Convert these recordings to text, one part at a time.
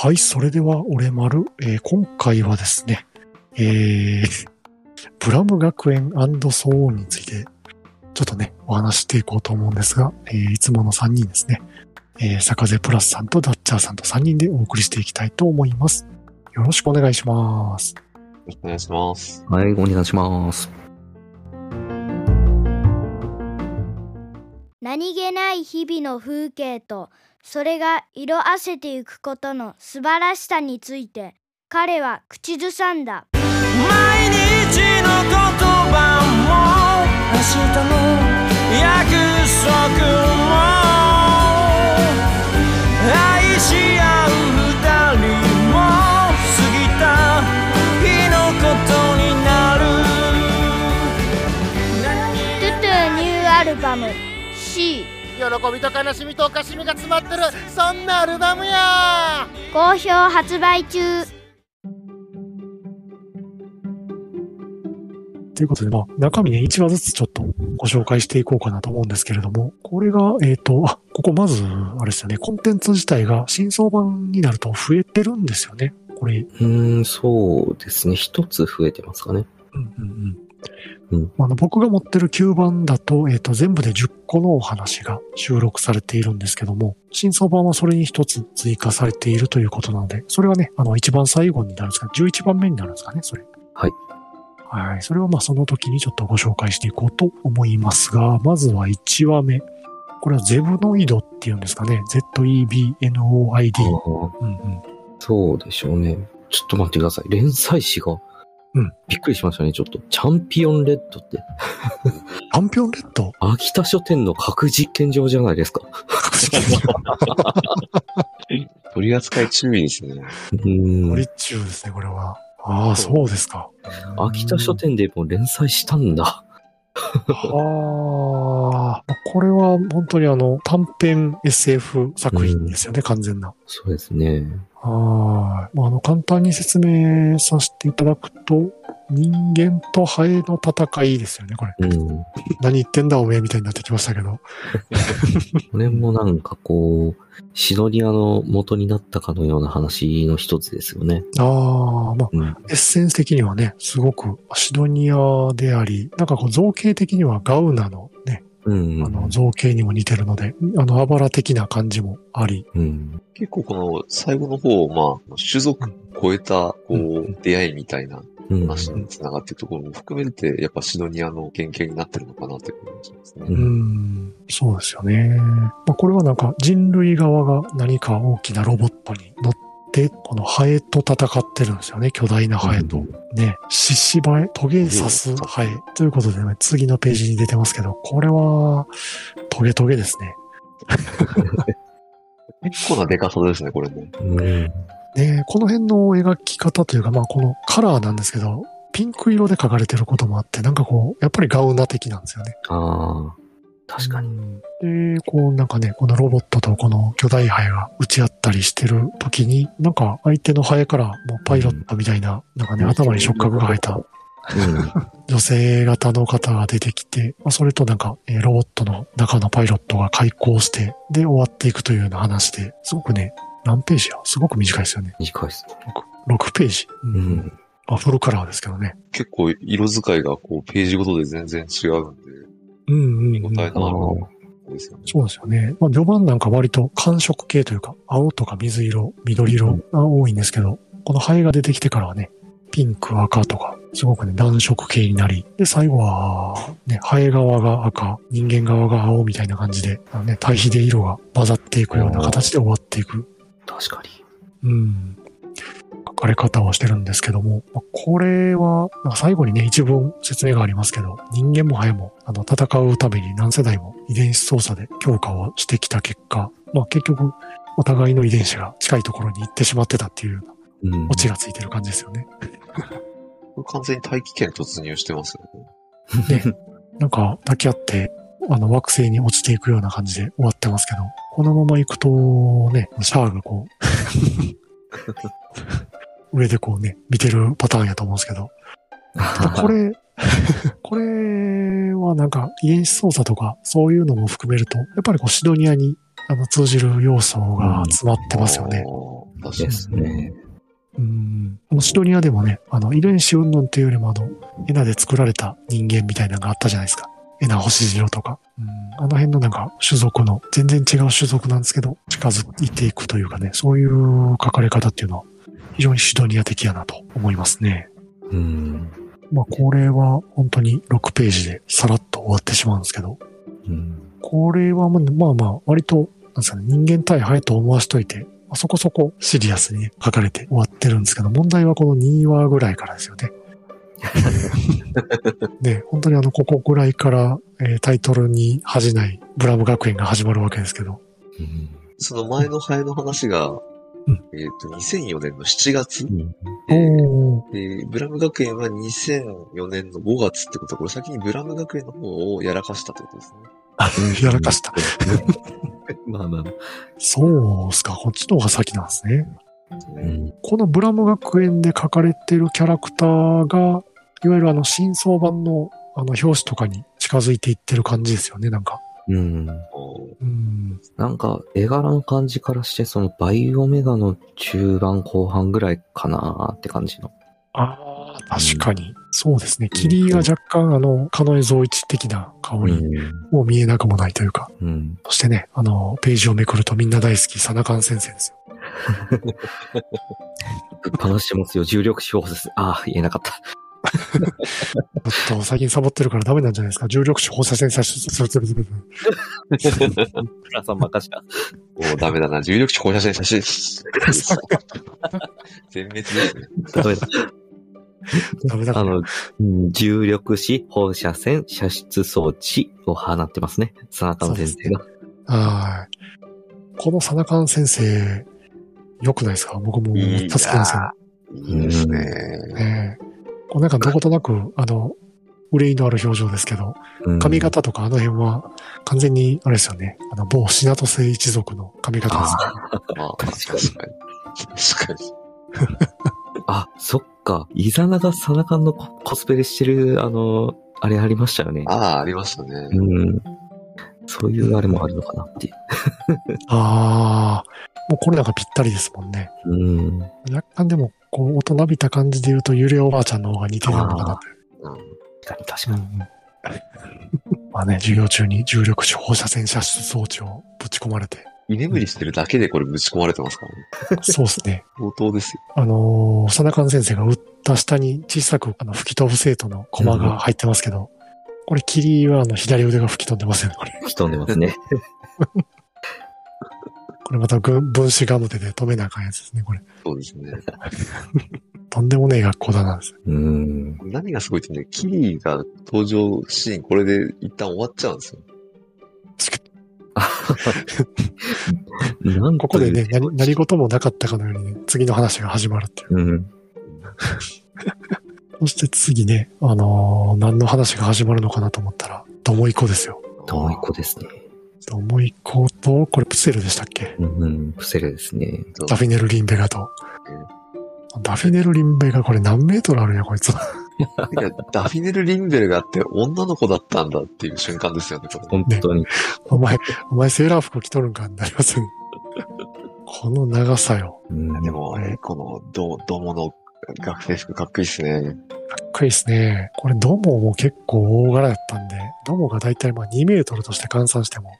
はい、それでは、俺丸、えー今回はですね、えー、 ブラム学園騒音について、ちょっとね、お話ししていこうと思うんですが、えーいつもの3人ですね、えー、坂瀬プラスさんとダッチャーさんと3人でお送りしていきたいと思います。よろしくお願いします。よろしくお願いします。はい、お願いします。何気ない日々の風景とそれが色あせてゆくことの素晴らしさについて彼は口ずさんだ毎日の言葉も明日の約束も愛し合う二人も過ぎた日のことになるトゥトゥニューアルバム喜 C びと悲しみとおかしみが詰まってるそんなアルバムや好評発売中ということで、まあ、中身ね、1話ずつちょっとご紹介していこうかなと思うんですけれども、これが、えっ、と、あ、ここまず、あれですよね、コンテンツ自体が新装版になると増えてるんですよね。これ、うーん、そうですね。一つ増えてますかね。うんうんううんん。あの僕が持ってる9番だと、えっ、と、全部で10個のお話が収録されているんですけども、真相版はそれに一つ追加されているということなので、それはね、あの、一番最後になるんですか、11番目になるんですかね、それ。はい。はい。それはまあ、その時にちょっとご紹介していこうと思いますが、まずは1話目。これはゼブノイドっていうんですかね。ZEBNOID。あうんうん。あそうでしょうね。ちょっと待ってください。連載誌が。うん。びっくりしましたね、ちょっと。チャンピオンレッドって、チャンピオンレッ ド秋田書店の核実験場じゃないですか。取り扱い注意ですね。うノーリん。中ですね、これは。ああ、そうですか。秋田書店でも連載したんだ。ああ、これは本当にあの、短編 SF 作品ですよね、完全な。そうですね。はーい。まあ、あの、簡単に説明させていただくと、人間とハエの戦いですよね、これ。うん。何言ってんだ、おめえみたいになってきましたけど。これもなんかこう、シドリアの元になったかのような話の一つですよね。ああ、まあ、うん。エッセンス的にはね、すごくシドニアであり、なんかこう造形的にはガウナのね、うん。あの造形にも似てるので、あの、あばら的な感じもあり、うん。結構この最後の方、まあ、種族超えた、こう、出会いみたいなうん。話につながっているところも含めて、やっぱシドニアの原型になってるのかなって感じですね。ううーん、そうですよね。まあ、これはなんか人類側が何か大きなロボットに乗って、このハエと戦ってるんですよね。巨大なハエと。ね、獅子ハエ、トゲ刺すハエ。ということでね、次のページに出てますけど、これは、トゲトゲですね。結構なデカさですね、これね。うん。ね、この辺の描き方というか、まあこのカラーなんですけど、ピンク色で描かれてることもあって、なんかこう、やっぱりガウナ的なんですよね。ああ、確かに。に。で、こうなんかね、このロボットとこの巨大ハエが撃ち合ったりしてる時に、なんか相手のハエからもうパイロットみたいな、なんかね、頭に触覚が生えた女性型の方が出てきて、まあそれとなんか、えーロボットの中のパイロットが開口して、で終わっていくというような話で、すごくね、何ページやすごく短いですよね。短いっすね。 6ページ。ううんん。まあ、フルカラーですけどね。結構色使いが、こう、ページごとで全然違うんで、うん見応えのあるああ、ですよね。そうですよね。まあ、序盤なんか割と寒色系というか、青とか水色、緑色が多いんですけど、このハエが出てきてからはね、ピンク、赤とか、すごくね、暖色系になり、で、最後は、ね、ハエ側が赤、人間側が青みたいな感じで、あのね、対比で色が混ざっていくような形で終わっていく確かに。うん。書かれ方をしてるんですけども、まあこれは、なんか最後にね、一文説明がありますけど、人間もハエも、あの、戦うために何世代も遺伝子操作で強化をしてきた結果、まあ結局、お互いの遺伝子が近いところに行ってしまってたっていうようなうんオチがついてる感じですよね。これ完全に大気圏突入してますよね。なんか抱き合って、あの惑星に落ちていくような感じで終わってますけど、このまま行くとね、シャアがこ う、上でこうね、見てるパターンやと思うんですけど、ただこれ、これはなんか遺伝子操作とかそういうのも含めると、やっぱりこうシドニアにあの通じる要素が詰まってますよね。あー。確でかすね。うん。あのシドニアでもね、あの遺伝子云々っていうよりもあの、エナで作られた人間みたいなのがあったじゃないですか。エナ星白とか。うん。あの辺のなんか種族の、全然違う種族なんですけど、近づいていくというかね、そういう書かれ方っていうのは、非常にシドニア的やなと思いますね。うん。まあ、これは本当に6ページでさらっと終わってしまうんですけど、うん。これはまあまあまあ、割と、なんですかね、人間対配と思わしといて、まあそこそこシリアスにね書かれて終わってるんですけど、問題はこの2話ぐらいからですよ ね。で、本当にあの、ここぐらいから、えータイトルに恥じないブラム学園が始まるわけですけど、うんにその前のハエの話が、うんえっ、と、2004年の7月、うんえーおーで、ブラム学園は2004年の5月ってことは、これ先にブラム学園の方をやらかしたってことですね。やらかした。 まあまあ、そうっすか、こっちの方が先なんですね。うん。このブラム学園で書かれてるキャラクターが、いわゆるあの新装版のあの表紙とかに近づいていってる感じですよね、なんか。うん。うん。なんか、絵柄の感じからして、そのバイオメガの中盤後半ぐらいかなーって感じの。ああ、確かに。そうですね。キリが若干あの、カノエゾウイチ的な顔にもう見えなくもないというか。うん。そしてね、あの、ページをめくるとみんな大好き、サナカン先生ですよ。話してますよ。重力小説。ああ、言えなかった。 ちょっと最近サボってるからダメなんじゃないですか。重力子放射線射出、するするする村さん任した。もうダメだな。重力値放射線写真。 全滅ですね。ダメだ。 ダメだかあら。の、うん重力子放射線射出装置を放ってますね。サナカン先生が。はい。このサナカン先生、良くないですか僕もう助けですよ。いいですね。ねえこうなんかどことなく、あの、憂いのある表情ですけど、うん髪型とかあの辺は完全に、あれですよね、あの、某シナトセ一族の髪型ですね。まあ、確かに。確かに。あ、そっか。イザナがサナカンのココスプレしてる、あの、あれありましたよね。ああ、ありましたね。うん。そういうあれもあるのかなっていう。ああ、もうこれなんかぴったりですもんね。うん。若干でも、こう、大人びた感じで言うと、ゆれおばあちゃんの方が似てるのかなという。確かに確うかんに。うん まあね、授業中に重力子放射線射出装置をぶち込まれて、居眠りしてるだけでこれぶち込まれてますからね。そうですね。相当ですよ。あのー、サナカン先生が打った下に小さくあの吹き飛ぶ生徒のコマが入ってますけど、これ、キリはあの左腕が吹き飛んでますよね、これ。吹き飛んでま すね。これまた軍分子ガムテで止めなあかんやつですね、これ。そうですね。とんでもねえ学校だなんです。うん。何がすごいってね、キリーが登場シーン、これで一旦終わっちゃうんですよ。なんここでね、な何何事もなかったかのようにね、次の話が始まるっていう。うん。そして次ね、あのー何の話が始まるのかなと思ったら、ドモイコですよ。遠い子ですね。ドモイコと、これプセルでしたっけうん。プセルですね。ダフィネル・リンベガと。ダフィネル・リンベガ、これ何メートルあるんや、こいつ。いやダフィネル・リンベルがあって女の子だったんだっていう瞬間ですよね、これ。本当に。お前、お前セーラー服着とるんかになりません。この長さよ。うんでも、ね、この、ど、どもの学生服かっこいいですね。かっこいいですね。これ、ドモも結構大柄だったんで、ドモがだいたいまあ2メートルとして換算しても、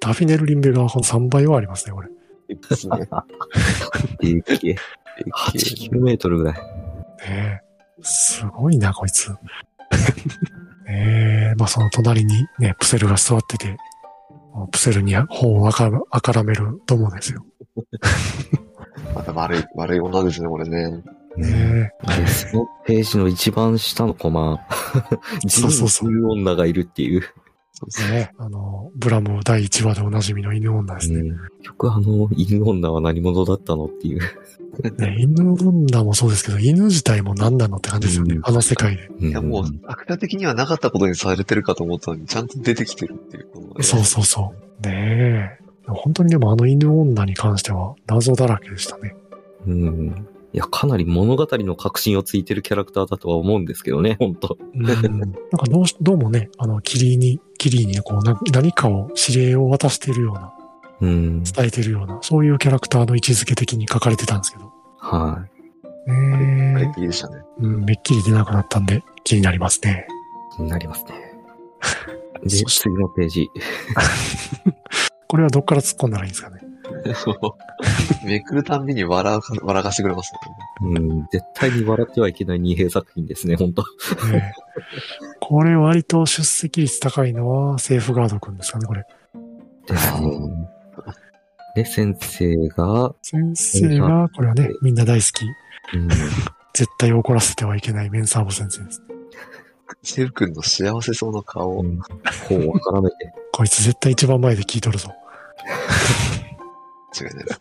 ダフィネル・リンベガはこの3倍はありますね、これ。ですね。でけえ8キロメートルぐらい。ねえ。すごいな、こいつ。 ええまあその隣にね、プセルが座ってて、プセルに頬をあからあからめるドモですよ。 また悪い、悪い女ですね、これね。ねえ。あれ、そのページの一番下のコマ、そうそうそう人類女がいるっていう。ねえあの、ブラム第1話でおなじみの犬女ですね。結局あの、犬女は何者だったのっていう。ね、犬分断もそうですけど、犬自体も何なのって感じですよねう。んあの世界で。いや、もう、悪者的にはなかったことにされてるかと思ったのに、ちゃんと出てきてるっていう。このそうそうそう。ねえ。本当にでもあの犬女に関しては謎だらけでしたね。うん。いいや、かなり物語の核心をついてるキャラクターだとは思うんですけどね、本当うんなんかどうしどうもね、あの、キリに、キリにこうな何かを指令を渡しているような、うん。伝えているような、そういうキャラクターの位置づけ的に書かれてたんですけど。はい。えあれー、きりでしたね。うん、めっきり出なくなったんで気になりますね。気になりますね。で、そして次のページ。これはどっから突っ込んだらいいんですかね。めくるたんびに笑う、笑かしてくれますね。うん。絶対に笑ってはいけない二平作品ですね、本当ねこれ割と出席率高いのはセーフガードくんですかね、これ。ですね。で、先生が、先生が、これはね、みんな大好き。うん、絶対怒らせてはいけないメンサーボ先生です。セブ君の幸せそうな顔。うんこうわからめて。こいつ絶対一番前で聞いとるぞ。違いないです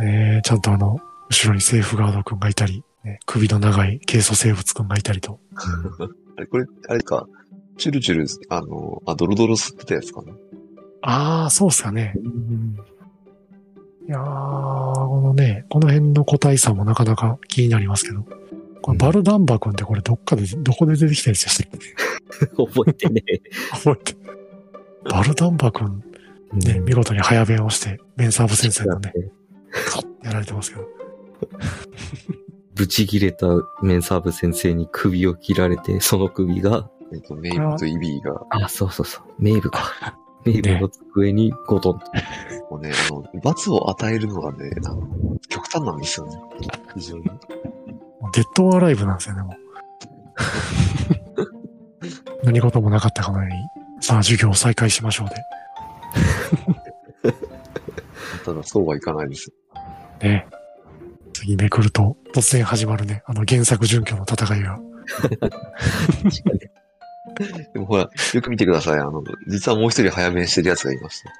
ね。ねえちゃんとあの、後ろにセーフガードくんがいたり、ね首の長い軽素生物くんがいたりと。あれ、これ、あれか、チュルチュル、あの、あ、ドロドロ吸ってたやつかな。ああ、そうっすかね。いやー、このね、この辺の個体差もなかなか気になりますけど。これ、バルダンバ君ってこれどっかで、どこで出てきたやつでしたっけ覚えてね。覚えて。バルダンバ君ね、見事に早弁をして、メンサーブ先生のね、やられてますけど。ぶち切れたメンサーブ先生に首を切られて、その首が、えっと、メイプとイビーが、あ、そうそうそう、メイブか。 メイブの机にゴトンと。もうね、あの、罰を与えるのがね、あの、極端なんですよね。非常に。もうデッドオアライブなんですよね、もう。 何事もなかったかのように、さあ、授業を再開しましょうで。ただ、そうはいかないです。ね。次めくると、突然始まるね、あの原作準拠の戦いが。でもほら、よく見てください。あの、実はもう一人早めにしてるやつがいました。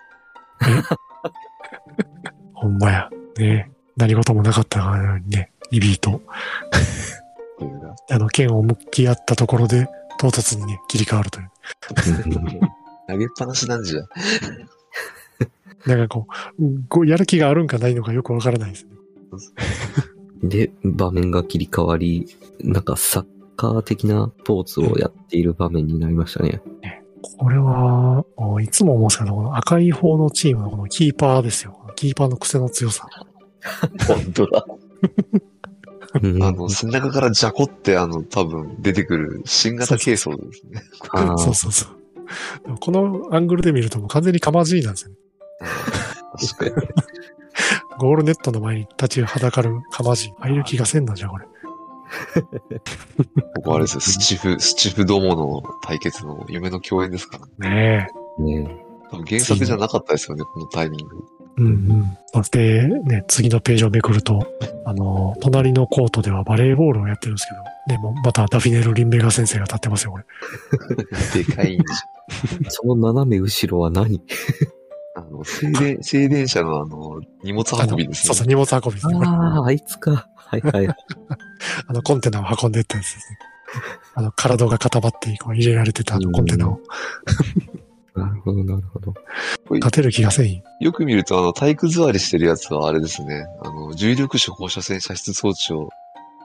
ほんまや。ね。何事もなかったかのようにね、イビーと、っていうのがあの、剣を向き合ったところで、唐突にね、切り替わるという。 投げっぱなしなんじゃ。なんかこううん、こうやる気があるんかないのかよくわからないですね。で、場面が切り替わり、なんかサッカー的なポーズをやっている場面になりましたね。これは、もういつも思うんですけど、この赤い方のチームのこのキーパーですよ。キーパーの癖の強さ。本当だ。うんあの、背中からジャコって、あの、多分出てくる新型軽装ですね。あーそうそうそう。でもこのアングルで見るともう完全にカマジーなんですよね。確かに。ゴールネットの前に立ちはだかるカマジー。ああいう気がせんなんじゃ、これ。ここあれですよ、スチフ、スチフどもの対決の夢の共演ですから。ねね多分原作じゃなかったですよね、このタイミング。え。うんうん。そして、ね、次のページをめくると、あの、隣のコートではバレーボールをやってるんですけど、ね、もうまたダフィネル・リンベガ先生が立ってますよ、これ。でかいんじその斜め後ろは何ゃん。あの、静電、静電車のあの、荷物運びですそうね。そう、荷物運びですね。これああ、あいつか。はい はいはい。あの、コンテナを運んでったやつですね。あの、体が固まって、こう入れられてたあのコンテナをなるほど、なるほど。立てる気がせんよ。よく見ると、あの、体育座りしてるやつはあれですね。あの、重力子放射線射出装置を、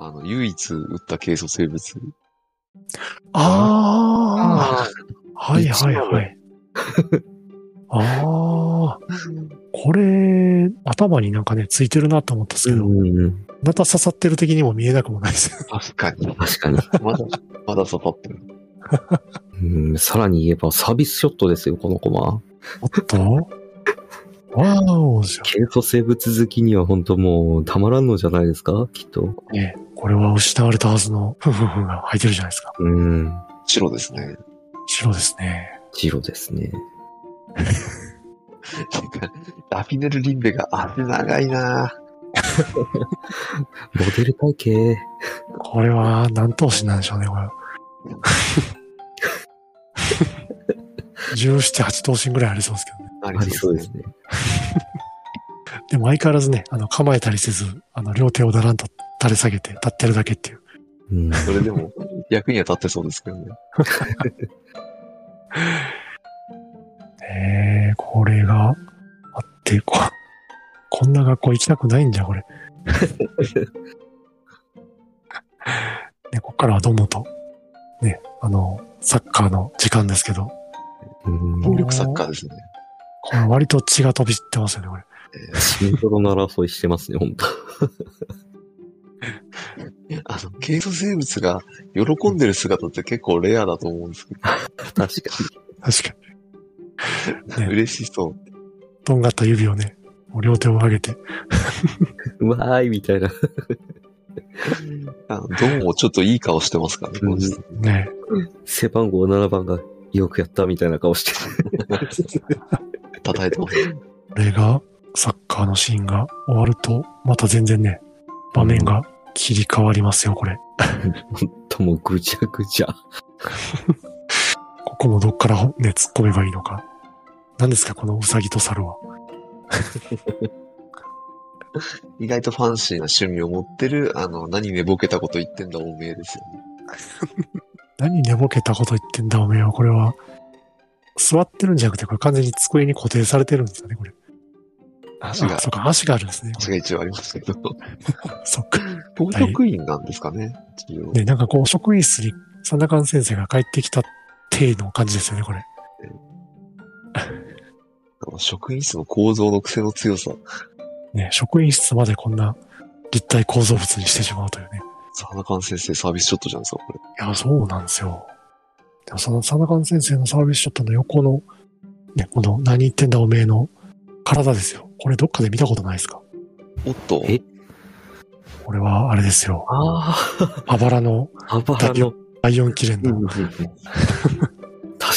あの、唯一撃った軽装生物。あああはいはいはい。ああこれ、頭になんかね、ついてるなと思ったんですけど、うん、また刺さってる的にも見えなくもないですよ。確かに。確かに。まだ、まだ刺さってる。うん、さらに言えばサービスショットですよ、このコマ。おっとわーおじゃ軽素生物好きには本当もうたまらんのじゃないですかきっと。ね。これは失われたはずのふんふんふんが入ってるじゃないですか。うん。白ですね。白ですね。ジロですね。てかラフィネル・リンベが足長いなモデル体型。これは何頭身なんでしょうね、これは。17、8頭身ぐらいありそうですけどね。あありそうですね。でも相変わらずね、あの、構えたりせず、あの、両手をだらんと垂れ下げて立ってるだけっていう。うん。それでも、役には立ってそうですけどね。ええこれがあって、こ、こんな学校行きたくないんじゃ、これ。ね、ここからはどんどんと、ね、あの、サッカーの時間ですけど、うん。暴力サッカーですね。これ割と血が飛び散ってますよね、これ。慎重の争いしてますね、本当あの、ケイ素生物が喜んでる姿って結構レアだと思うんですけ確かに。確かに。ど、ね嬉しそう。とんがった指をね、もう両手を上げて、うわーい、みたいな。あのどうもちょっといい顔してますからね、この人ね、背番号7番がよくやった、みたいな顔して叩いてます。これが、サッカーのシーンが終わると、また全然ね、場面が切り替わりますよ、これ。本当もうぐちゃぐちゃ。ここもどっからね、突っ込めばいいのか。何ですか、このウサギと猿は。意外とファンシーな趣味を持ってる、あの、何寝ぼけたこと言ってんだ、おめえですよね。何寝ぼけたこと言ってんだ、おめえは。これは、座ってるんじゃなくて、これ完全に机に固定されてるんですよね、これ。足があ、そうか、足があるんですね。足が一応ありますけど。 そっか。当局員なんですかね、一応。ね、なんかこう、職員室に三田館先生が帰ってきた体の感じですよね、これ。あの職員室の構造の癖の強さ。ね、職員室までこんな立体構造物にしてしまうというね。サナカン先生サービスショットじゃないですか、これ。いや、そうなんですよ。でもその、佐中先生のサービスショットの横の、ね、この、何言ってんだおめえの体ですよ。これどっかで見たことないですかおっと、えこれは、あれですよ。ああばらのあ、幅の。ライオンキレンの確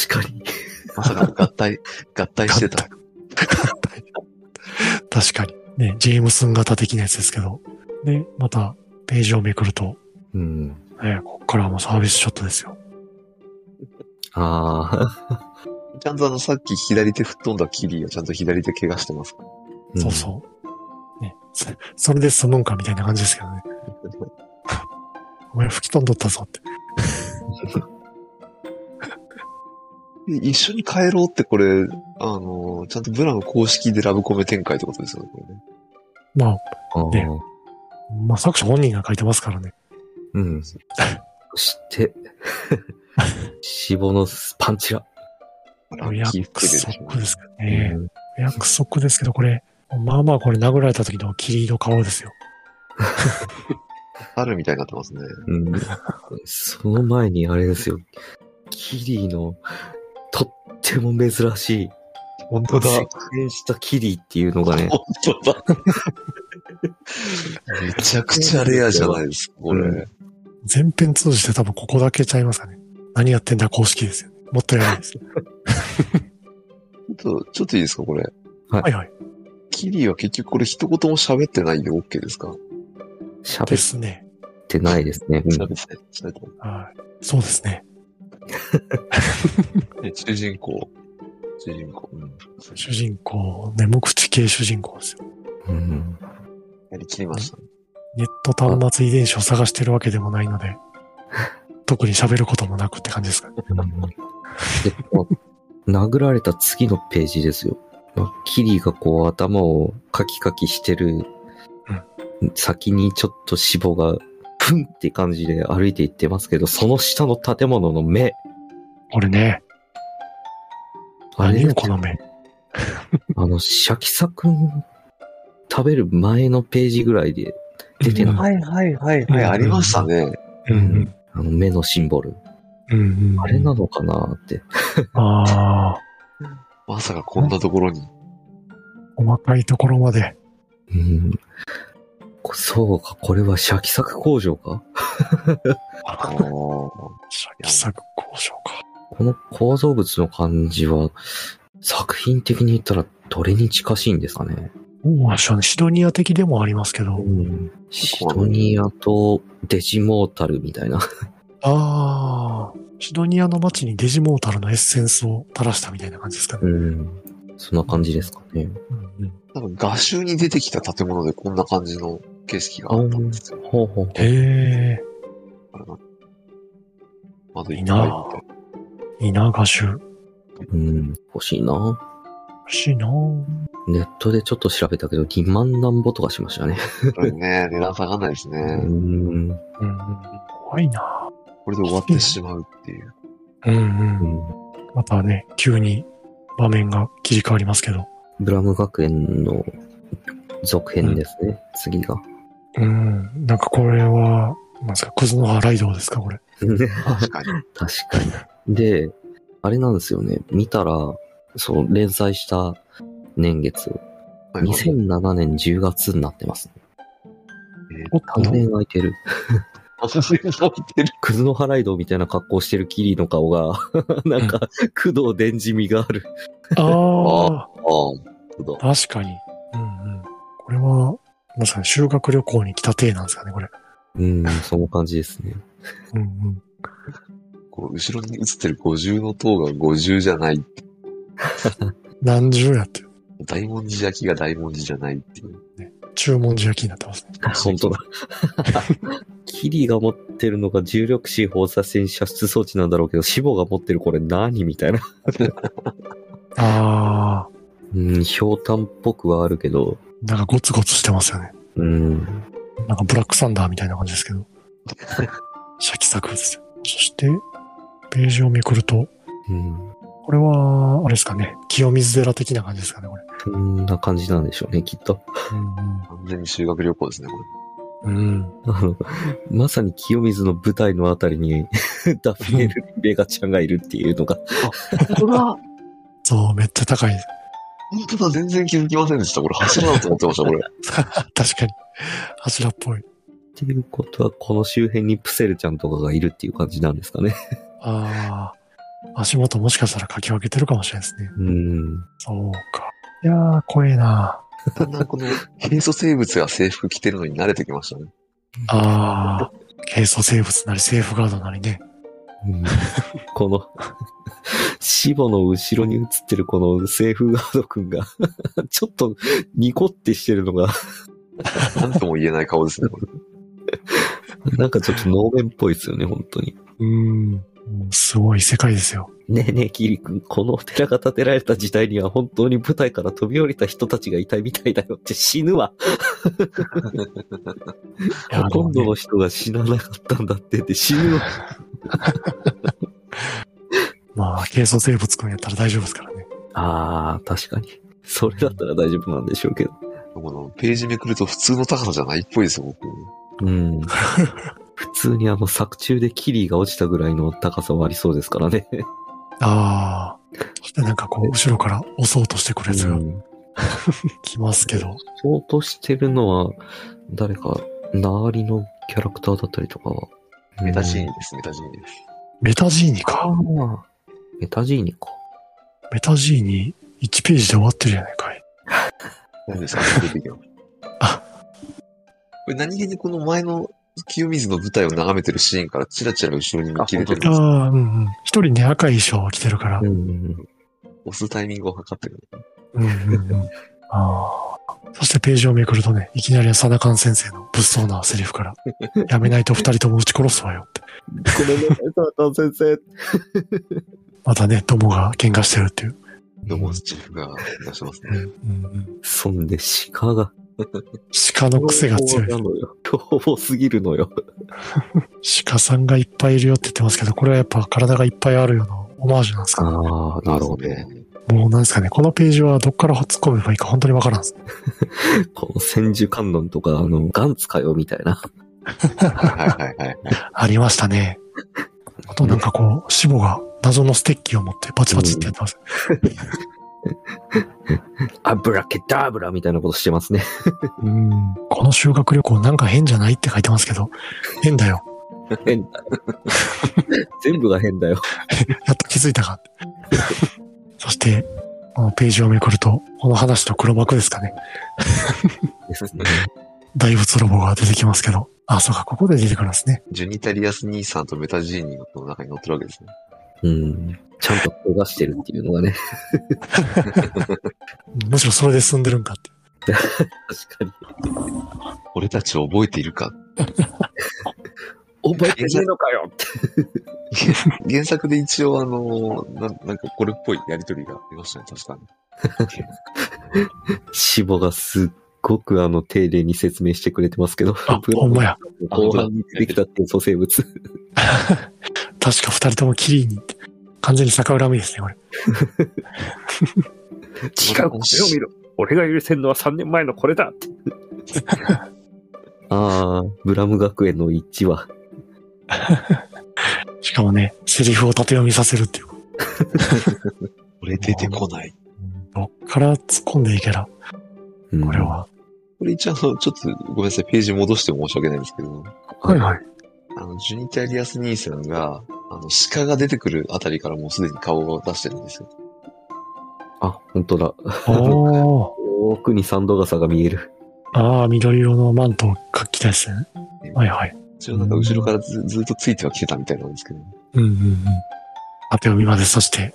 かに。まさかの合 体、合体してた。 確かに。ね、ジェームスン型的なやつですけど。で、また、ページをめくると、うん。ね、こっからはもうサービスショットですよ。あちゃんとあの、さっき左手吹っ飛んだキリがちゃんと左手怪我してますから。あ。そうそう。ね、そそれで済むんかみたいな感じですけどね。お前吹き飛んどったぞって。で一緒に帰ろうってこれ、あの、ちゃんとブラム公式でラブコメ展開ってことですよね、これね。まあ、うん。ねああまあ作者本人が書いてますからね。うん。そして、 死亡のパンチが。ラッキー約スケベしょ束ですけどね。約束ですけど、これ、まあまあこれ殴られた時のキリの顔ですよ。猿みたいになってますね。うん。その前にあれですよ。キリーの、とっても珍しい、本当だ。実現したキリーっていうのがね、本当だ。 めちゃくちゃレアじゃないですか、こうれ。全編通じて多分ここだけちゃいますかね。何やってんだ公式ですよ。もっとやばい ですよ。ちょっと、ちょっといいですか、これ。はいはい。キリは結局これ一言も喋ってないんで OK ですかで喋っすね。てないですね。うん喋ってない喋ってなはい。そうですね。い。ね主人公。主人公。うん。主人公、ね、無口系主人公ですよ。うんやりきりましたね。ネット端末遺伝子を探してるわけでもないの で、特に喋ることもなくって感じですかね。でこう殴られた次のページですよ。まあキリーがこう頭をカキカキしてる先にちょっと死亡がプンって感じで歩いていってますけど、その下の建物の目、これね、あれ何よこの目。あの、シャキサくん食べる前のページぐらいで出てなかっいはいはいうんありましたね。うんた、あの目のシンボル。うん。うんうん。あれなのかなって。ああ、まさかこんなところに。細かいところまで。うん、こそうか、これはシャキサク工場かあーシャキサク交渉か。この構造物の感じは、作品的に言ったらどれに近しいんですかね。おーそうねシドニア的でもありますけど。シドニアとデジモータルみたいな。ああ、シドニアの街にデジモータルのエッセンスを垂らしたみたいな感じですかね。うん。そんな感じですかね。うんうんなんか画集に出てきた建物でこんな感じの景色があったんですよ。ほうほうほう。へえ、窓いっぱいいいなみいいな、歌手。欲うん。欲しいな。しいなぁネットでちょっと調べたけど、2万なんぼとかしましたね。たいな。ね値段下がんないですうね。ん。うんうん。ごいな。これで終わってしまうっていう。うんうんう。んまたね、急に場面が切り替わりますけど。ブラム学園の続編ですね、次 が。うん。なんかこれは、なんですか、クズノハライドウですか、これ。確かに。確かに。で、あれなんですよね。見たら、そう、連載した年月、2007年10月になってます、ね。おっと完全空いてる。あ、さすがに伸びてる。クズのハライドみたいな格好してるキリの顔が、なんか、工藤伝じみがある。あああ、そうだ。あ、 確かに。うんうん。これは、なんですかね、修学旅行に来た体なんですかね、これ。うん、その感じですね。うんうん。こう後ろに映ってる50の塔が50じゃない。何十やっていう。大文字焼きが大文字じゃないっていう。注文字焼きになってますね。 本 当だ。キリが持ってるのが重力子放射線射出装置なんだろうけど、死母が持ってるこれ何みたいな。ああ、うん、ひょうたんっぽくはあるけど、なんかゴツゴツしてますよね。うん、なんかブラックサンダーみたいな感じですけ ど。シャキサクですよ。そして、ページをめくると、うん、これは、あれですかね、清水寺的な感じですかね、これ。そんな感じなんでしょうね、きっと。完全に修学旅行ですね、こうれ。んうん。あの、まさに清水の舞台のあたりに、 ダフィエル・ベガちゃんがいるっていうのが、本当だ本そう、めっちゃ高い。当だ全然気づきませんでした。これ柱だと思ってました、これ。確かに。柱っぽい。っていうことは、この周辺にプセルちゃんとかがいるっていう感じなんですかね。ああ、足元もしかしたらかき分けてるかもしれないですね。うん。そうか。いやー、怖えな。だんだんこの、閉鎖生物が制服着てるのに慣れてきましたね。ああ、軽装生物なりセーフガードなりね。この、死母の後ろに映ってるこのセーフガードくんが、ちょっとニコってしてるのが、なんとも言えない顔ですね、これ。なんかちょっと能面っぽいですよね、本当に。うん。もうすごい世界ですよ。ねえねえ、キリ君、このお寺が建てられた時代には本当に舞台から飛び降りた人たちがいたみたいだよって死ぬわ。いやーでも今ね度の人が死ななかったんだってって死ぬわ。まあ、軽装生物くんやったら大丈夫ですからね。ああ、確かに。 それだったら大丈夫なんでしょうけど。この、ページめくると普通の高さじゃないっぽいですよ、僕。 うん。普通にあの作中でキリが落ちたぐらいの高さはありそうですからね。ああ。そしてなんかこう、後ろから押そうとしてくるやつうがん来ますけど。そうとしてるのは、誰か、周りのキャラクターだったりとかは。メタジーニです、メタジーニです。メタジーニあか。あ。メタジーニか。メタジーニ1ページで終わってるじゃないかい。何ですか出てきます。あこれ何気にこの前の清水の舞台を眺めてるシーンからチラチラ後ろに見切れてるんあですよあ、うんうん。一人ね、赤い衣装を着てるから。うん。押すタイミングを測ってる。うんうんうん。ああ。そしてページをめくるとね、いきなり佐田勘先生の物騒なセリフ から、やめないと二人とも撃ち殺すわよって。ごめんなさい、サータン先生。またね、友が喧嘩してるっていう。どうも、チーフが出してます ね。うんうん、そんで鹿が。鹿の癖が強い凶暴。なのよ。凶暴すぎるのよ。鹿さんがいっぱいいるよって言ってますけど、これはやっぱ体がいっぱいあるようなオマージュなんですか、ああ、なるほど。ね。もうなんですかね、このページはどっから突っ込めばいいか本当にわからんです。この千手観音とか、あの、ガンツかよ、みたいな。はいはいはいはい。ありました ね。あとなんかこう、死母が謎のステッキを持ってバチバチってやってます。アブラケダーブラみたいなことしてますね。うん、この修学旅行なんか変じゃないって書いてますけど、変だよ。変だよ。全部が変だよ。やっと気づいた か。そして、このページをめくると、この話と黒幕ですかね。ですね。大仏ロボが出てきますけど。あ、そうか、ここで出てくるんですね。ジュニタリアス兄さんとメタジーニの中に乗ってるわけですね。うん。ちゃんと焦がしてるっていうのがね。むしろそれで進んでるんかって。確かに。俺たちを覚えているか覚えてねえのかよって。原作で一応あのな、なんかこれっぽいやりとりがありましたね、確かに。死母がすっごくあの、丁寧に説明してくれてますけど。あ、ほんまや。後半に出てきた転送生物。確か二人ともキリに。完全に逆恨みですね、これ。違うこれを見ろ。俺が許せんのは3年前のこれだって。ああ、ブラム学園の一話。しかもね、セリフを縦読みさせるっていう。俺出てこない。どっから突っ込んでいいけら、うんこれ。は。これ一応あの、ちょっとごめんなさい、ページ戻して申し訳ないんですけど、はいはい。あの、ジュニタリアス兄さんが、あの、鹿が出てくるあたりからもうすでに顔を出してるんですよ。あ、本当だ。おー。奥にサンドガサが見える。ああ、緑色のマントをかきたいですね。はいはい。一応なんか後ろからずずっとついては来てたみたいなんですけど、うんうんうん。縦読みまで、そして、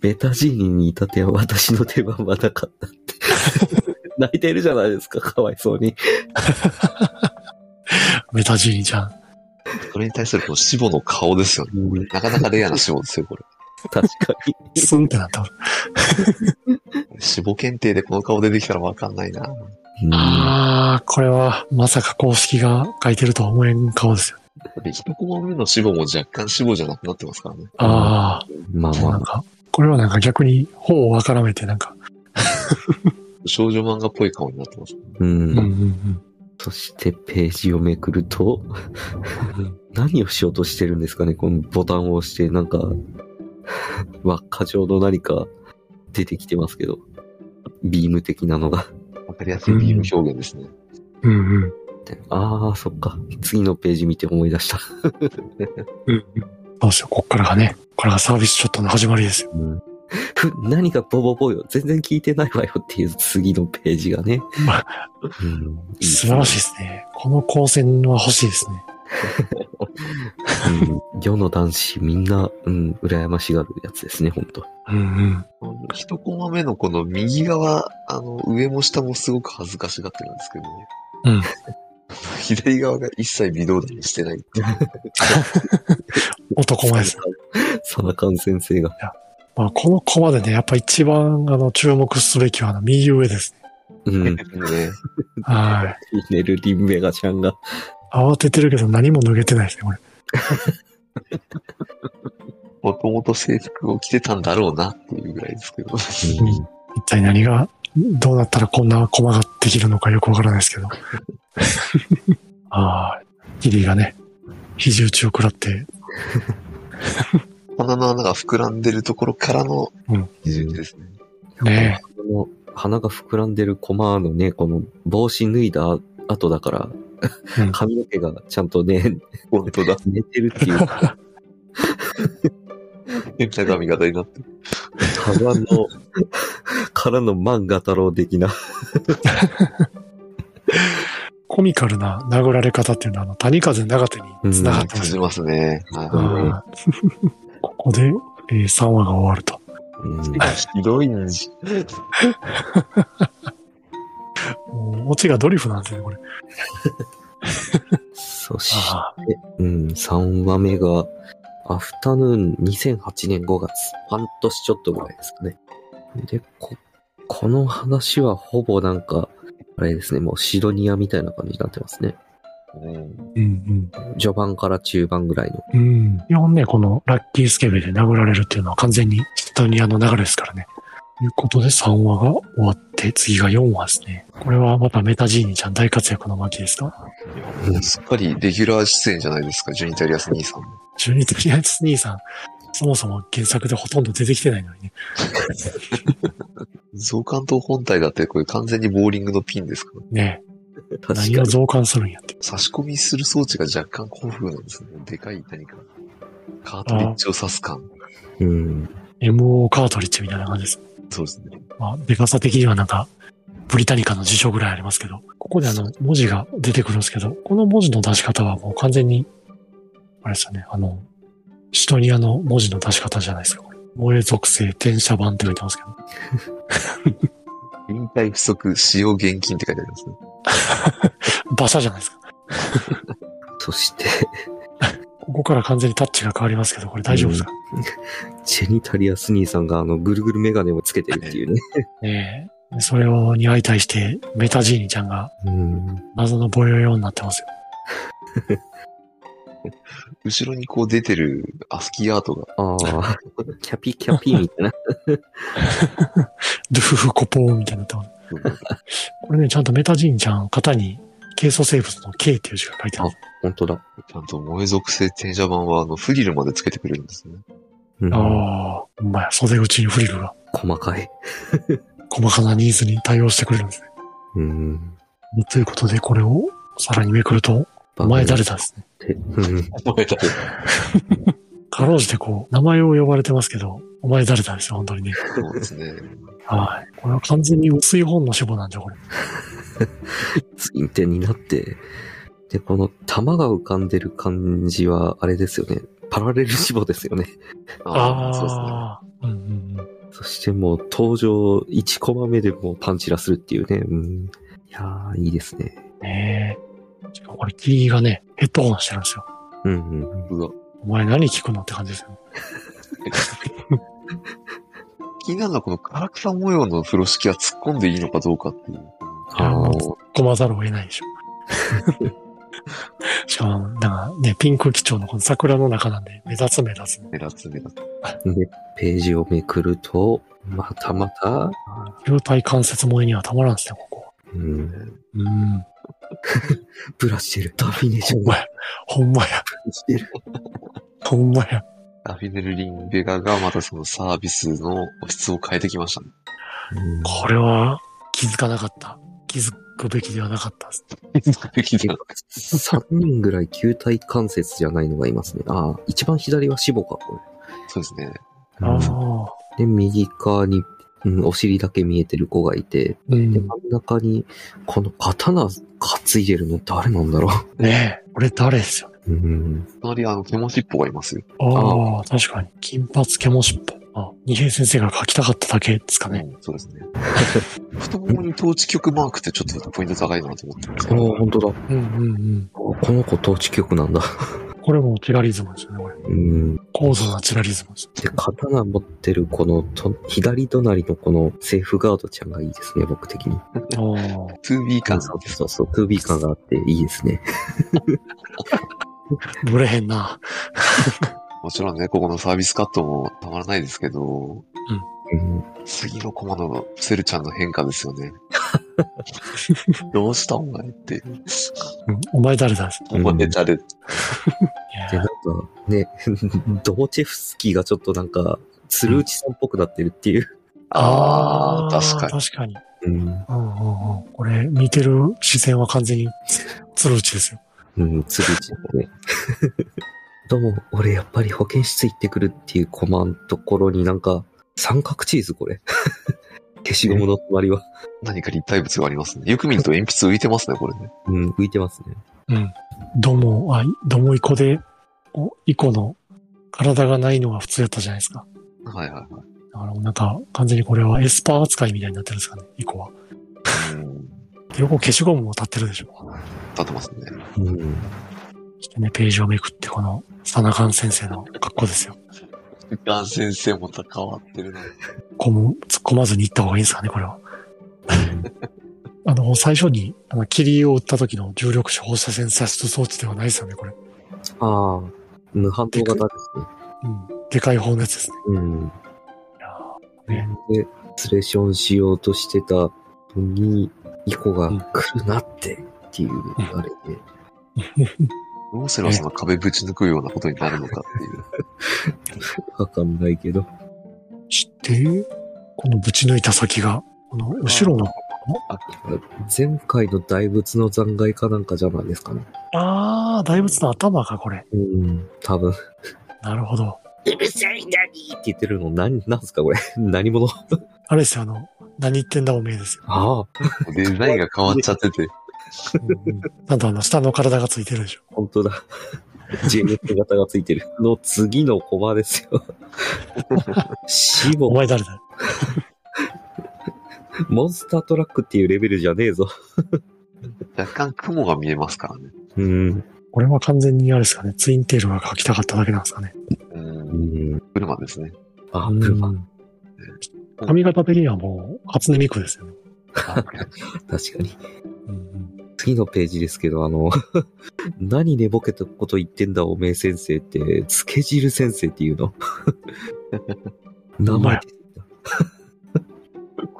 ベタジーニに至っては私の出番はなかったって。泣いてるじゃないですか、かわいそうに。メタジーニちゃん。それに対するこの死母の顔ですよね。なかなかレアな死母ですよ、これ。確かに。スンってなった。死母検定でこの顔出てきたらわかんないな。うんああ、これは、まさか公式が書いてるとは思えん顔ですよ。で一コマ目の死母も若干死母じゃなくなってますからね。あまああ、なんまか、これはなんか逆に、頬をあからめて、なんか、少女漫画っぽい顔になってます。あ。ううんうんん。うん。そしてページをめくると、何をしようとしてるんですかねこのボタンを押して、なんか、輪っか状の何か出てきてますけど、ビーム的なのが。わかりやすいビーム表現ですね。うんうん。ああ、そっか。次のページ見て思い出した。うんうん。どうしよう、こっからがね、これがサービスショットの始まりですよ。うんふ何がボボボよ。全然聞いてないわよっていう次のページがね。うんいい素晴らしいですね。この光線は欲しいですね。うん世の男子みんな、うん、羨ましがるやつですね、ほんと。うんうん。一コマ目のこの右側、あの、上も下もすごく恥ずかしがってるんですけどね。うん。 左側が一切微動だにしてないっていう。男 前です。サナカン先生が。まあ、このコマでね、やっぱ一番あの注目すべきはあの右上ですね。うん。ね。はい。寝るリンベガちゃんが。慌ててるけど何も脱げてないですね、これ。もともと制服を着てたんだろうなっていうぐらいですけど。 一体何が、どうなったらこんなコマができるのかよくわからないです けど。ああ、キリーがね、肘打ちを食らって、鼻の穴が膨らんでるところからのうん基準ですね。ねこの鼻が膨らんでるコマのね、この帽子脱いだ後だからうん、髪の毛がちゃんとね、本当だ。寝てるっていうか、変な髪型になってる。幅の、からの漫画太郎的な。コミカルな殴られ方っていうのは、あの、谷風長手に繋がってま感すじよ。ますね。うんはここで、えー3話が終わると。うんい。ひどいんじ。もうオチがドリフなんですね、これ。そしあうん、3話目が、アフタヌーン2008年5月。半年ちょっとぐらいですかね。で、こ、この話はほぼなんか、あれですね、もうシドニアみたいな感じになってますね。うんうん序盤から中盤ぐらいの。うん。うん。基本ね、このラッキースケベで殴られるっていうのは完全にスタニアの流れですからね。ということで3話が終わって、次が4話ですね。これはまたメタジーニちゃん大活躍の巻ですかすっかりレギュラー出演じゃないですか、ジュニタリアス兄さん。ジュニタリアス兄さん、そもそも原作でほとんど出てきてないのにね。増刊島本体だってこれ完全にボーリングのピンですから。ね確か何を増刊するんやって。差し込みする装置が若干古風なんですね。でかい何か。カートリッジを刺す感。に。うん。 MO カートリッジみたいな感じです。そうですね。まあ、でかさ的にはなんか、ブリタニカの辞書ぐらいありますけど、ここであの、文字が出てくるんですけど、この文字の出し方はもう完全に、あれですよね、あの、シトニアの文字の出し方じゃないですか、これ。萌え属性転写版って書いてますけど。引退不足、使用現金って書いてありますね。馬車じゃないですか。そして、 ここから完全にタッチが変わりますけど、これ大丈夫ですか、ジェニタリアス兄さんがあの、ぐるぐるメガネをつけてるっていうね。ねえでそれをに相対して、メタジーニちゃんがうん。謎のボヨヨになってますよ。後ろにこう出てるアスキーアートが、ああ、キャピキャピみたいな。ドゥフフコポーみたいになって ます。これね、ちゃんとメタジーニちゃん、型に、軽素生物の K っていう字が書いてある。本当だ。ちゃんと萌え属性転写版は、あの、フリルまでつけてくれるんですね。うん、ああ、ほんまや、袖口にフリルが細かい。細かなニーズに対応してくれるんですね。うん。ということで、これをさらにめくると、お前 誰だですね。うん。萌えだかろうじてこう、名前を呼ばれてますけど、お前誰だですよ、本当にね。そうですね。はい。これは完全に薄い本の主語なんじゃ、これ。ツインテンになって、で、この玉が浮かんでる感じは、あれですよね。パラレル死亡ですよね。ああ、そうですね。ああー、うんうんうん。そしてもう登場1コマ目でもうパンチラするっていうね。うん。いやー、いいですね。ねえ。しかもこれ、キリがね、ヘッドホンしてるんですよ。うんうんうん。うわ。お前何聞くのって感じですよね。気になるのは、この唐草模様の風呂敷は突っ込んでいいのかどうかっていう。やあもー困ざるを得ないで しょ。しかも、なんかね、ピンク基調のこの桜の中なんで、目立つ目立つ。目立つ目立つ。で、ページをめくると、またまた、球体関節萌えにはたまらんですね、ここは。うん、うん。ブラしてる。ダフィネーショほんンまや。ほんまや。してる。ほんまや。ラフィネル・リンベガがまたそのサービスの質を変えてきま したね。 うんこれは気づかなかった。気づくべきではなかったです。 3人ぐらい球体関節じゃないのがいますね。ああ、一番左は死母か、こそうですね。れ。ああ。で、右側に、うん、お尻だけ見えてる子がいて、うんで、。真ん中に、この刀担いでるの誰なんだろねえ。これ誰ですよ。う。うん。隣、あの、ケモシッポがいますよ。ああ、確かに。金髪ケモシッポ。あ、二平先生が書きたかっただけですかね。うんそうですね。 太ももに統治局マークってちょっとポイント高いなと思ってますあけあ、ど。本当だ。うんうんうん。この子統治局なんだ。これもチラリズムですよね、これ。うん。高度なチラリズムです。で、刀持ってるこのと、左隣のこのセーフガードちゃんがいいですね、僕的に。ああ。 2B 感そうそうそう、トゥービー感があっていいですね。ぶれへんな。もちろんね、ここのサービスカットもたまらないですけど、うん。次のコマのセルちゃんの変化ですよ ね。どうしたお前って。うんお前誰だです。お前ネタで。いで、やなんか、ね、 ドボチェフスキーがちょっとなんか、鶴内さんっぽくなってるっていう。ああ、確かに。に。確かに。うん。うんうんうん。これ、見てる視線は完全に、鶴内ですよ。うん、鶴内だね。 どうも、俺やっぱり保健室行ってくるっていうコマのところになんか、三角チーズこれ。 消しゴムの隣は。何か立体物がありますね。よく見ると鉛筆浮いてますね、これね。うん、浮いてますね。うん。どうも、あ、どうもイコで、おイコの体がないのが普通やったじゃないですか。はいはいはだからもうなんか、完全にこれはエスパー扱いみたいになってるんですかね、イコは。い。うん。横消しゴムも立ってるでしょ。立ってます ね。うん。そしてね、ページをめくって、この、サナカン先生の格好ですよ。ガン先生も変わってるな。こむ、突っ込まずに行った方がいいんですかね、これは。あの、最初に、あの、霧を打った時の重力子放射線射出装置ではないですよね、これ。ああ、無反動型ですね。うん。でかい方のやつですね。うん。やで、スレーションしようとしてたのに、イコが来るなって、っていう、あれで、どうすればその壁ぶち抜くようなことになるのかっていう。わかんないけど。知ってこのぶち抜いた先が、この後ろの、前回の大仏の残骸かなんかじゃないですかね。あー、大仏の頭か、これ。うん、多分。なるほど。うるさいなにって言ってるの、何、なんすかこれ。 何者ああれですよ、あの、何言ってんだおめえですよ。あ、デザインが変わっちゃってて。なんとあの、下の体がついてるでしょ。本当だ。JF 型がついてる。の次のコマですよ。死お後、前誰だモンスタートラックっていうレベルじゃねえぞ。 若干雲が見えますからね。うん。これは完全にあれですかね、ツインテールが書きたかっただけなんですかね。う。うんん。 車ですね。あ、車。うん髪型的にはもう、初音ミクですよね。確かに。うん次のページですけど、あの、 何寝ぼけたこと言ってんだ、おめえ先生って、つけ汁先生っていうの。名前。うん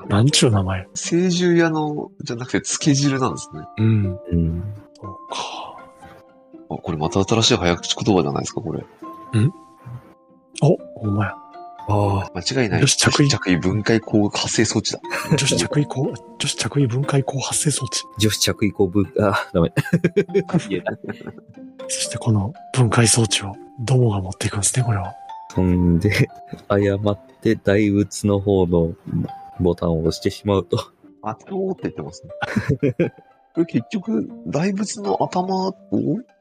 なんちゅう名前。成獣屋の、じゃなくて、漬け汁なんですね。うん。うん。そうか。あ、これまた新しい早口言葉じゃないですか、これ。お、お前。ああ。間違いない。よし着衣着衣分解工学発生装置だ。女子着衣工、 女子着衣分解工発生装置。女子着衣後分、あ、ダメ。言えないそしてこの分解装置をドモが持っていくんですね、これは。そんで、誤って大仏の方のボタンを押してしまうと。頭って言って ますね。これ結局、大仏の頭を、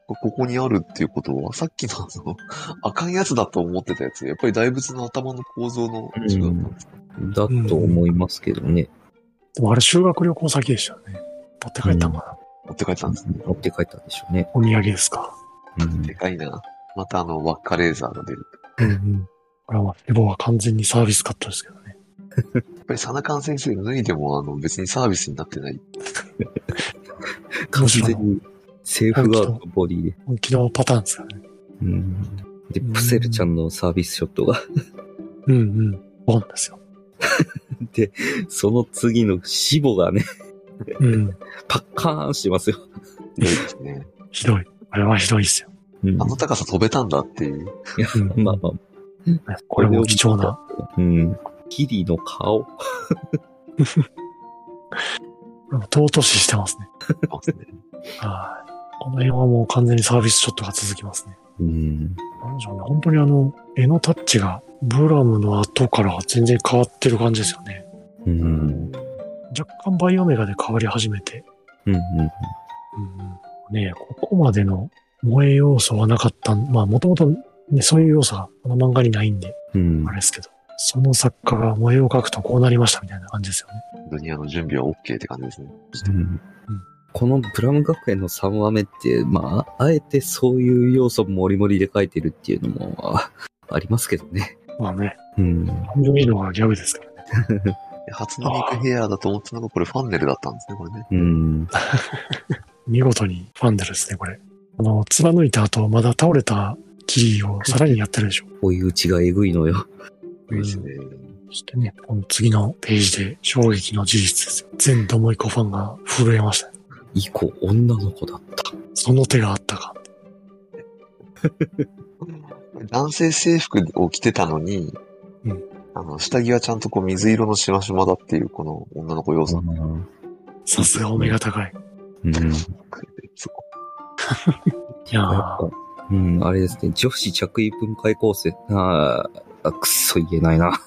ここにあるっていうことは、さっきのあの、あかんやつだと思ってたやつ、やっぱり大仏の頭の構造の違うなんですか、だと思いますけどね。でもあれ修学旅行先でしたよね。持って帰ったんかな。持って帰ったんですね。持って帰ったんでしょうね。お土産ですか。うんでかいな。またあの、輪っかレーザーが出る。うんうん。これはまあ、エボは完全にサービスカットですけどね。やっぱりサナカン先生脱いでも、あの、別にサービスになってない。完全にセーフガードボディで。本気のパターンですからね。うん。で、プセルちゃんのサービスショットが。うんうん。ボンですよ。で、その次の死母がね、うん。パッカーンしてますよ。ひどいですね。ひどい。あれはひどいですよ。うんあの高さ飛べたんだっていう。うんまあまあ、これも貴重な。うん。キリの顔。尊ししてますね。ますねはい。この辺はもう完全にサービスショットが続きますね。うん。なんでしょうね。本当にあの、絵のタッチが、ブラムの後から全然変わってる感じですよね。うん。若干バイオメガで変わり始めて。うん。うん、ねえここまでの萌え要素はなかったん。まあ、もともと、ね、そういう要素がこの漫画にないんで、うんあ。れですけど。その作家が萌えを描くとこうなりましたみたいな感じですよね。本当にあの、準備は OK って感じですね。うんこのブラム学園の3話目って、まあ、あえてそういう要素もりもりで書いてるっていうのもあありますけどね。まあね、うん。感情いいのがギャグですからね。で初音ミクヘアだと思ってたのが、これファンネルだったんですね、これね。うん。見事にファンデルですね、これ。あの、貫いた後、まだ倒れたキリをさらにやってるでしょ。追い打ちがえぐいのよ。いいですね。そしてね、この次のページで衝撃の事実ですよ。全ドモイコファンが震えましたね。以降、女の子だった。その手があったか。男性制服を着てたのに、うんあの、下着はちゃんとこう水色のしましまだっていう、この女の子要素。さすがお目が高い。うん。やそこいやっぱー、うん、あれですね。女子着衣分解構成。あーあ、くっそ言えないな。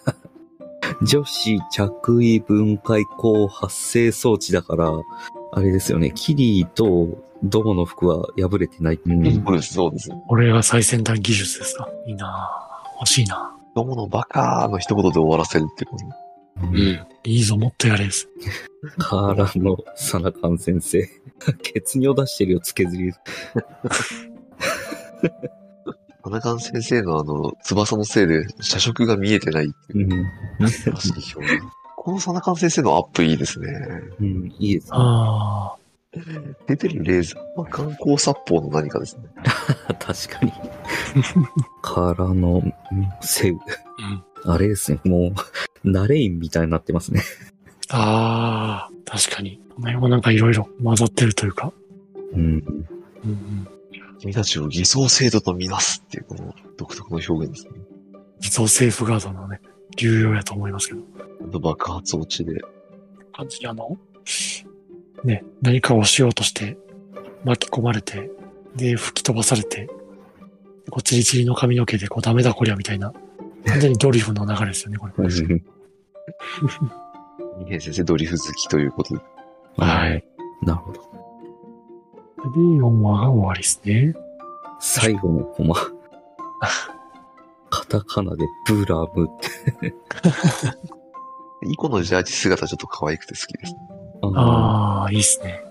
女子着衣分解構発生装置だから、あれですよね。キリとドモの服は破れてない。うんそうです、そうです。これが最先端技術ですか。いいなー欲しいなどものバカーの一言で終わらせるっていうこうん。いいぞ、もっとやれです。カーラのサナカン先生。 血尿出してるよ、つけずり。と。花ン先生のあの、翼のせいで、社食が見えてないっていう、らしい表現。このサナカン先生のアップいいですね。うん、いいですね。あ出てるレーザーは観光殺法の何かですね。確かに。からの、うんセウ。あれですね、もう、ナレインみたいになってますね。あ、ああ、確かに。この辺もなんかいろいろ混ざってるというか。うん。うんうん。君たちを偽装制度とみなすっていう、この独特の表現ですね。偽造セーフガードのね、流用やと思いますけど。あと爆発落ちで。感じにあの、ね、何かをしようとして、巻き込まれて、で、吹き飛ばされて、こう、チリチリの髪の毛で、こう、ダメだこりゃみたいな。完全にドリフの流れですよね、これ。二平先生ドリフ好きということで。はい。なるほど。で、4話が終わりですね。最後のコマ。カタカナでブラムって。イコのジャージ姿ちょっと可愛くて好きです。あのああ、いいっすね。